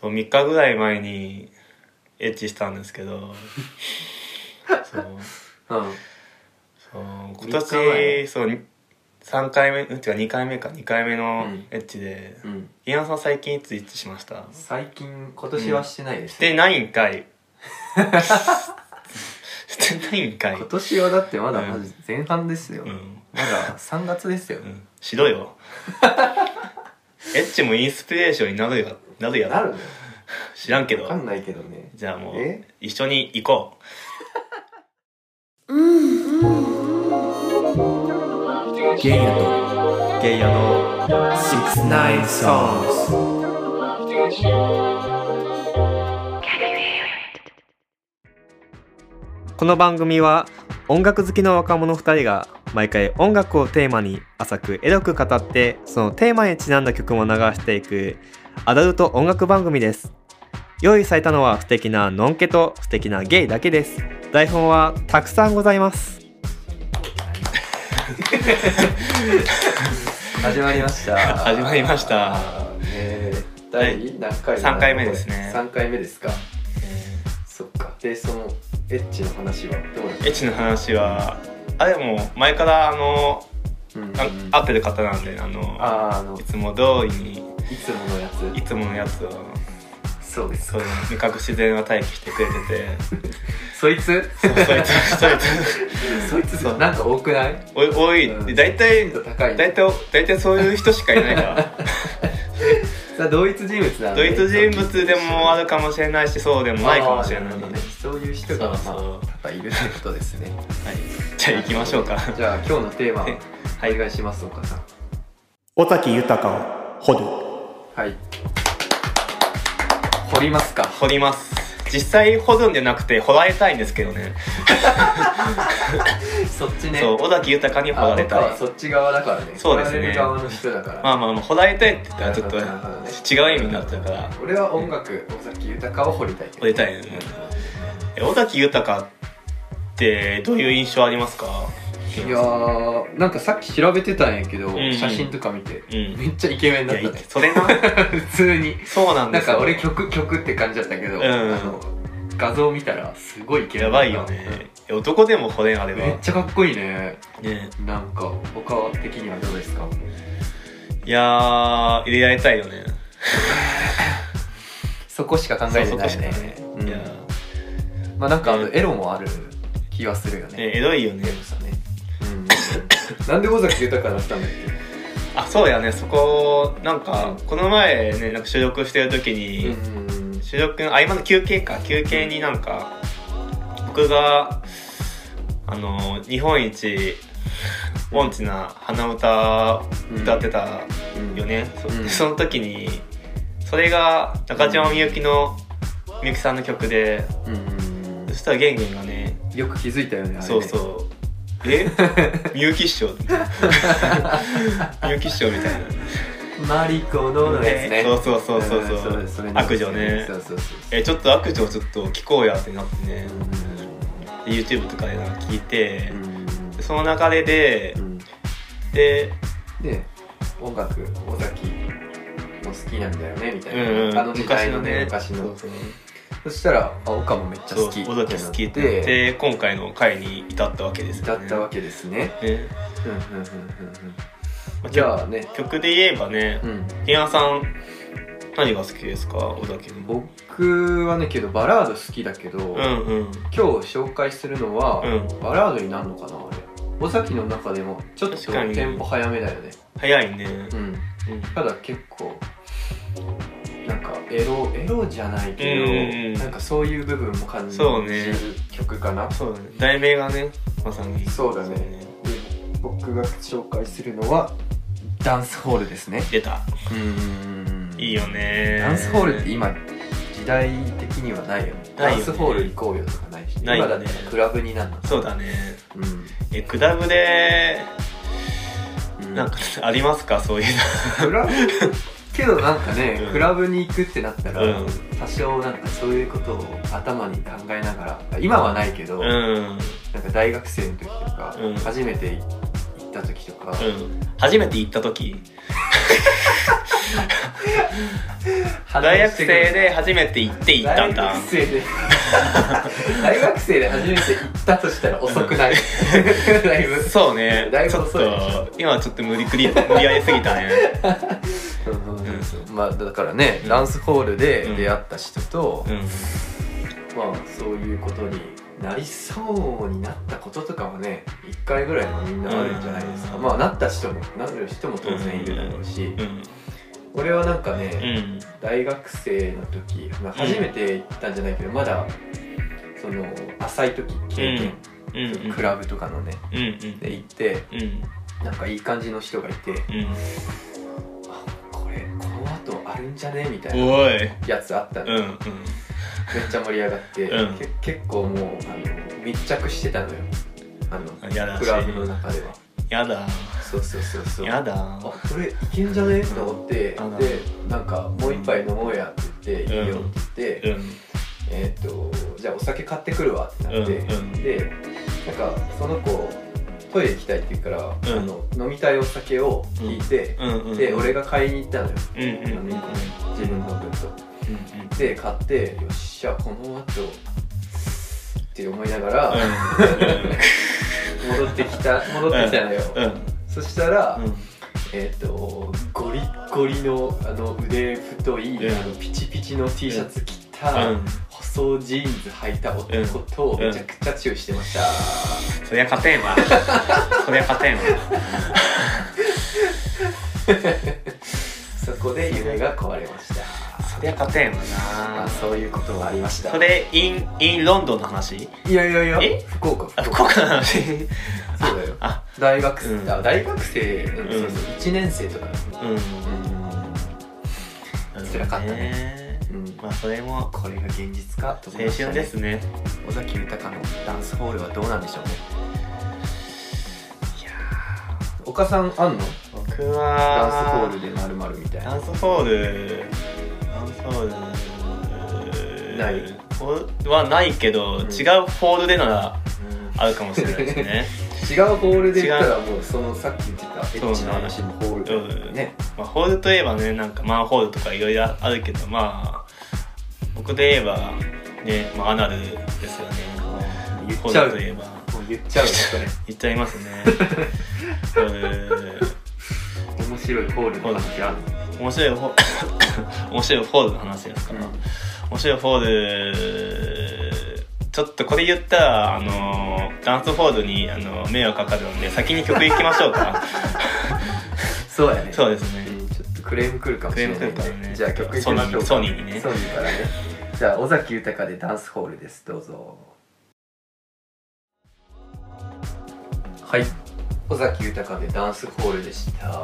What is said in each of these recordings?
そう3日ぐらい前にエッチしたんですけ どそううんそう三日今前年そう3回目うんてか2回目か2回目のうんエッチで、うんイアンさん最近いつエッチしました最近今年はしてないでしす、ねてないん かいしてないんかい今年はだってまだうんまず前半ですよ、うんまだ3月ですよ、うんしろ よエッチもインスピレーションになるやなるやなろるね知らんけ分どかんないけどねじゃあもうえ一緒に行こゲイヤとうゲイヤのシックスナインソングこの番組は音楽好きの若者2人が毎回音楽をテーマに浅くエロく語ってそのテーマにちなんだ曲も流していくアダルト音楽番組です用意されたのは素敵なノンケと素敵なゲイだけです台本はたくさんござい ます始まりました始まりましたねえ第何回三回目ですね3回目ですかそっかでそのエッチの話はどうなエチの話はあでも前からあのあうん会ってる方なんであのあーあのいつも通りにいつものやいつものやつをつそうですそう味覚自然は待機してくれてそいつてそうそいつそいつそいつそうなんか多くないおい多いうん大体高い大体大体そういう人しかいない からさあ同一人物なんドイでツ人物でもあるかもしれないしそうでもないかもしれないあーるほどねねそういう人がまそうそうあ多々いるってことですねはい じゃあ行きましょうかじゃあ今日のテーマはいお願いします岡さん尾崎豊を掘るはい掘りますか掘ります実際掘るんじゃなくて掘られたいんですけどねそっちねそう尾崎豊に掘あられ岡たはいそっち側だからねそうですね掘られる側の人だからまあまあまあ掘られたいって言ったらちょっとなるほどね違う意味になっちゃうから俺は音楽尾崎豊を掘りたいけど掘りたいねえ尾崎豊ってどういう印象ありますかいやーなんかさっき調べてたんやけど、んうん写真とか見て、うんめっちゃイケメンだっいたやねそれな 普通にそうなんでなんすよか俺曲曲って感じだったけど、うんあの画像見たらすごいイケメやンだっばたいよね男でも骨あれうんばめっちゃかっこいいねねなんか他的にはどうですかいやー入れられたいよねそこしか考えそうてそこなしいかねねうんいやまあなんかあのエロもある気はするよーねねエロいよねさね うん、なんで尾崎豊だったんだっあそうやねそこなんかうこの前ねなんか収録してる時け、にん、収録の合間の休憩か休憩になんか僕があの日本一音痴な鼻歌歌ってたよね、そうんその時にそれが中島みゆきのみゆきさんの曲でうんそしたらゲンゲンがねよく気づいたよねあれねそうそう「 えみゆき師匠」みゆき師匠みたいなマリコののやつねそうそうそうそうそうんれれね悪女ねそうそうそうえちょっと悪女をちょっと聞こうやってなってねうで YouTube とかでなんか聞いてんうんでその流れでうんでで音楽尾崎も好きなんだよねみたういな、んうんあの時代のね昔のそうそしたらあ岡もめっちゃそう好きそう尾崎好きってなっでて今回の回に至ったわけですだよっねたわけですねねうんうんうんうまんうあんじゃあね曲で言えばねうん平野さん何が好きですか尾崎の僕はねけどバラード好きだけど、うんうん今日紹介するのは、うんバラードになるのかなあれ尾崎の中でもちょっと確かにテンポ早めだよね早いね、うんうんただ結構なんかエロエロじゃないけど、うんうんうんなんかそういう部分も感じるそうね曲かなそうだね題名がねまさにそうだねで僕が紹介するのはダンスホールですね出たうんいいよねダンスホールって今時代的にはないよねないダよンねスホール行こうよとかないし、ない今よだっねてクラブになるのそうだねうんえクラブでうんなんかありますかそういうクラブけどなんかね、うんクラブに行くってなったら、うん多少なんかそういうことを頭に考えながら今はないけど、のうんなんか大学生の時とか、うん初めて行っった時とか、うん、初めて行った時大大学生で初めて行って行ったんだ大学生で大学生で初めて行ったとしたら遅くない だいぶそうねだいちぶょっ遅いと今ちょっと無理くり無理やりすぎたねまあだからね、うんダンスホールでうん出会った人と、うんまあそういうことになりそうになったこととかもね一回ぐらいはみんなあるんじゃないですか、うんまあなった人もなる人も当然いるだろうし、うん俺はなんかうね、ん大学生の時、まあ、初めて行ったんじゃないけど、まだその浅い時経験、うんうんクラブとかのねうんうんで行ってうんなんかいい感じの人がいてうんあこれこの後あるんじゃねみたいなおいやつあったんうでんうんめっちゃ盛り上がって、うんけ結構もうあの密着してたのよあのやだしクラブの中ではやだそうそうそうそうやあだこれいけんじゃねと思ってであななんかもう一杯飲もうやって言って、うんいいよって言って、うんえー、とじゃあお酒買ってくるわってなって、うんうんでなんかその子トイレ行きたいって言うから、あの飲みたいお酒を聞いて、うんうんで俺がが買いに行ったのよ、うんうんうんうんうん自分の分と。で買ってよっしゃこの後って思いながら、戻ってきた戻ってきたのよ、うんうんそしたら、うんえっ、とゴリッゴリのあの腕太い、うんあのピチピチの T シャツ着た、うん細ジーンズ履いた男とうんめちゃくちゃチューしてました、そりゃ勝てんわそりゃ勝てんわそこで夢が壊れましたそりゃ勝てんわまなあそういうこともありましたそれインインロンドンの話いやいやいやえ福岡あ福岡の話そうだよあ大学生、うんあ大学生、うんそううんそう1年生とかだうん辛かったねねうんまあそれもこれが現実かと思い青ましたね春ですね尾崎豊のダンスホールはどうなんでしょうねいや岡さんあんの僕ダンスホはールでまるまるみたいダなンスホールダンスホールないほはないけど、うん違うホールでならあるかもしれないです ね、違うホールで言ったらもうそのさっき言ってたエッチの話もホールだようんねまあ、ホールといえばねなんかマンホールとかいろいろあるけどまあ僕で言えばね、まあ、アナルですよね言ホっちゃーうルといえもばう言っちゃうよそれ言っちゃいます ねホール面白いホールの話ある面白いホ 面白いホールの話ですから、うん面白いホールちょっとこれ言ったらあのダンスホールにあの迷惑かかるので先に曲行きましょう かそうやねそうですねうんちょっとクレーム来るかもしれないんでクレーム来るからねじゃあ曲いきましょうかソニーソニーにねソニーからねじゃあ尾崎豊でダンスホールですどうぞはい尾崎豊でダンスホールでした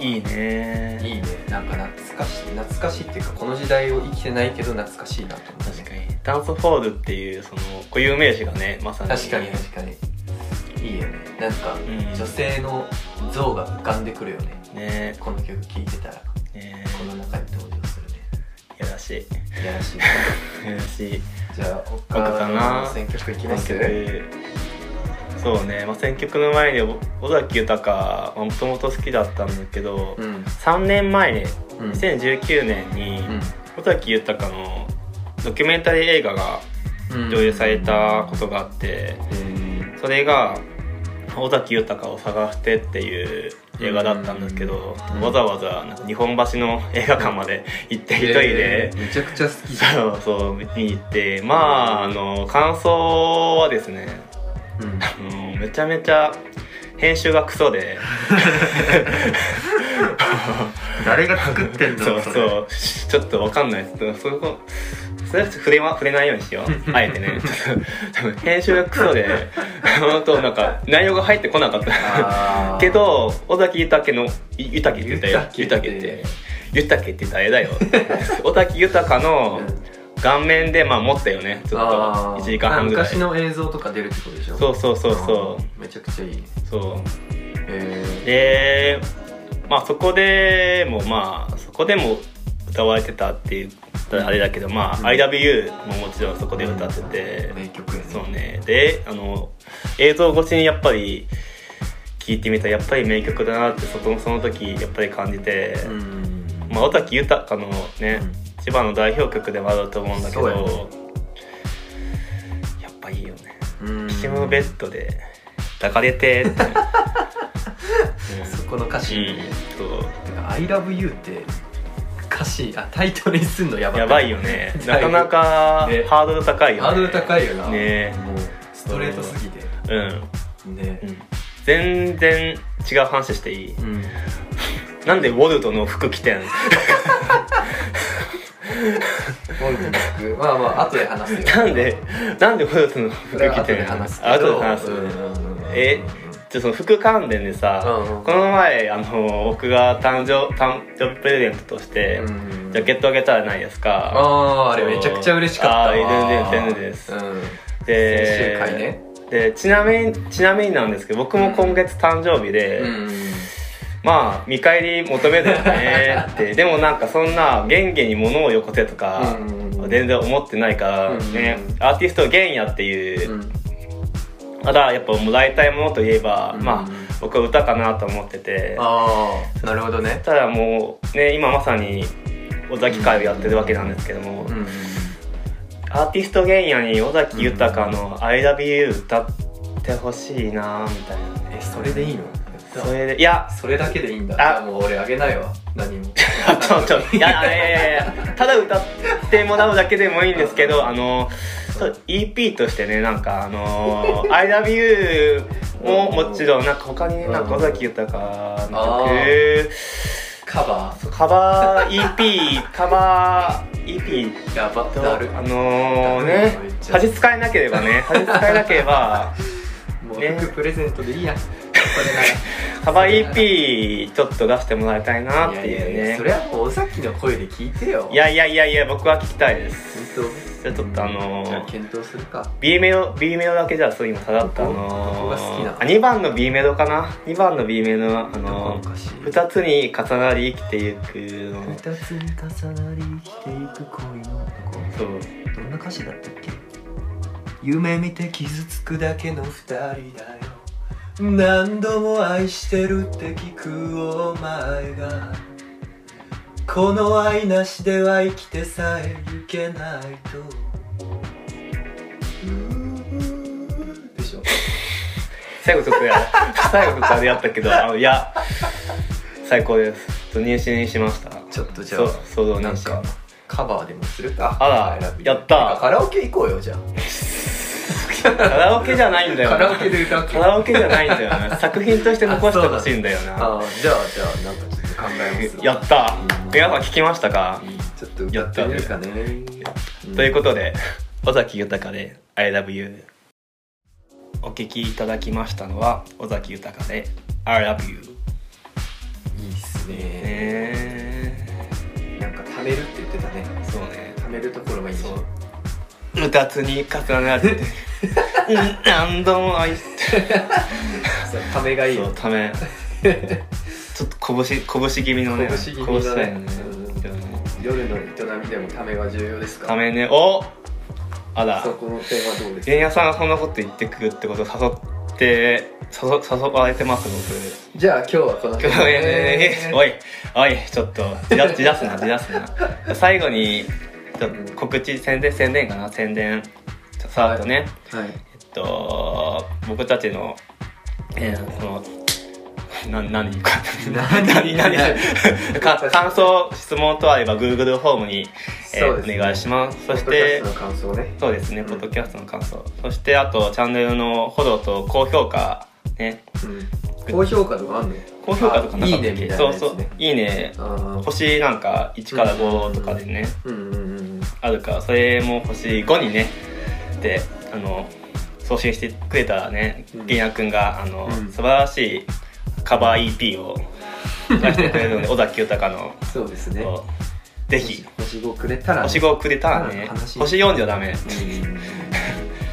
いいねいいねなんか懐かしい懐かしいっていうかこの時代を生きてないけど懐かしいなと思って確かにダンスホールっていうその固有名詞がねまさに確かに確かにいいよねなんかうん女性の像が浮かんでくるよねねこの曲聴いてたらこねの中に登場するねやら しいいやらしいやらしいじゃあ、僕かなの選曲いきます選曲そうね、まあ、選曲の前に尾尾崎豊はもともと好きだったんだけど、うん。うん。 3年前うん。 2019年に尾崎豊のドキュメンタリー映画がうん上映されたことがあってそれが「尾崎豊を探して」っていう映画だったんですけど、うんわざわざなんか日本橋の映画館まで行ってえー一人で。めちゃくちゃ好きじゃん。そうそう見に行ってまああの感想はですねうん。あのめちゃめちゃ編集がクソで誰が作ってんの そうれそうちょっとわかんないですそこそれは触れま触れないようにしようあえてね ちょっと多分編集がクソで 本当なんか内容が入ってこなかったあーけ、ど尾崎豊のい豊って言ったよゆ豊たっけってて豊って言ったらあれだよ 尾崎豊の顔面でまあ持ったよねちょっとあ1ー時間半ぐらい昔の映像とか出るってことでしょそうそうそうそあーめちゃくちゃいいね。うそうえでまあそこでもまあそこでも歌われてたっていうあれだけどまあ「うん IWU」ももちろんそこで歌ってーて名曲やね。そうねであの映像越しにやっぱり聞いてみたらやっぱり名曲だなってそこその時やっぱり感じて、うんまあ、尾崎豊のね、うん千葉の代表曲でもあると思うんだけどそうや,、やねっぱいいよねうん岸のベッドで抱かれて って、そこの歌詞、うんそなんか I love you って歌詞あタイトルにすんのやうばいやばいよ ねだないぶかなかねハードル高いよねハードル高いよな、ねもうストレートすぎてうん、ねうん、全然違う話していいうんなんでウォルトの服着てん ボルトの服まあまあ後で話すよなんでなんでウォルトの服それは着 後てんで話すけどあ後で話すうんえじゃあその服関連でさ、うんうんこの前あの僕が誕生誕生日プレゼントとして、うんジャケットあげたじゃないですかあああれめちゃくちゃ嬉しかったわあー全然全然ですうん、で先週回ねでちなみにちなみになんですけど僕も今月誕生日で、うんまあ見返り求めるよねって でもなんかそんな元気に物をよこせとか、うん全然思ってないから、うんねアーティスト原野っていう、ただやっぱもらいたいものといえば、うんまあ僕は歌かなと思っててああなるほどねただもうね今まさに尾崎会をやってるわけなんですけども、うんアーティスト原野に尾崎豊の「ILOVEYOU」歌ってほしいなみたいなえそれでいいのそれでいやそれだけでいいんだあじゃあもう俺あげないわ何もちょちょ いやいやいやいやただ歌ってもらうだけでもいいんですけどあのちょっと EP としてねなんかあの「ILOVEYOU」ももちろんなんか他になんか尾崎豊のあ曲カ バそうカバー EP カバー EP ーやばとなるあのー、なるねほどめっちゃ差し支えなければね差し支えなければもうね服プレゼントでいいやそカバー EP ちょっと出してもらいたいなっれならていういやいやねそれはもう尾崎の声で聞いてよいやいやいやいや僕は聞きたいです本当じゃあちょっとあのーじゃあ検討するか B メロ B メロだけじゃあそう今さらっとあどこのが好きなのー、あ2番の B メロかな2番の B メロあどこののー歌詞2つに重なり生きていくの二つに重なり生きていく恋の男そうどんな歌詞だったっけ夢見て傷つくだけの二人だよ何度も愛してるって聞くお前がこの愛なしでは生きてさえいけないとうーんでしょ最後ちょっとや 最後ちょっとあれやったけどあのいや最高ですちょっと妊娠しましたちょっとじゃあそうそうそうなんかカバーでもするかあら I love you やったてかカラオケ行こうよじゃカラオケじゃないんだあよなカラオケで歌うカラオケじゃないんだよな作品として残してほしいんだよなあーじゃあじゃあなんかちょっと考えますわやったうん皆さん聞きましたか、ちょっと歌ってみるかねということで 尾崎豊で「ILOVEYOU」お聴きいただきましたのは尾崎豊で「ILOVEYOU といいっす」ねねなんか貯めるって言ってたねーそうね貯めるところがいいしそう歌つに重なって うん何度も愛してそう貯めがいいそうため ちょっと拳拳気味のね拳気味拳だねだよね夜の営みでも貯めが重要ですかためねおあらそこの点はどうですか玄野さんがそんなこと言ってくるってことを誘って誘誘われてます僕じゃあ今日はこの辺 でおいおいちょっとじらじらすなじらすな最後にちょっと告知宣伝宣伝かな宣伝ちょさらっとね、はいえっと僕たちのえー、このな何か何 何何 何か感想質問等あれば Google フォームに、えーそうですねお願いしますそしポッてドキャストの感想ねそうですね、うんポッドキャストの感想。そして、あと、チャンネルのフォローと高評価、ね。うん高評価とかあんの高評価とかなあかったっけいいねみたいなやつそうねそう。いいね。あー星なんか1から5とかでね、うんうんうんうんあるから、それも星5にね、で、あの、送信してくれたらねう、んげんやくんが、あの、うん素晴らしいカバー EP を出してくれ るので、尾崎豊の、そうですねそうぜひ、星5くれたらね星5くれたらね、あ話星4じゃダメ。うん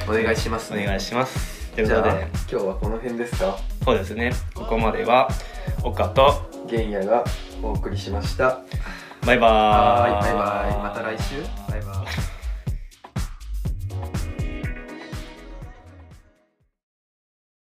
お願いしますおね願いします。というじこゃとあで。今日はこの辺ですかそうですね。ここまでは岡と玄也がお送りしましたバイバーイ。はいバイバイまた来週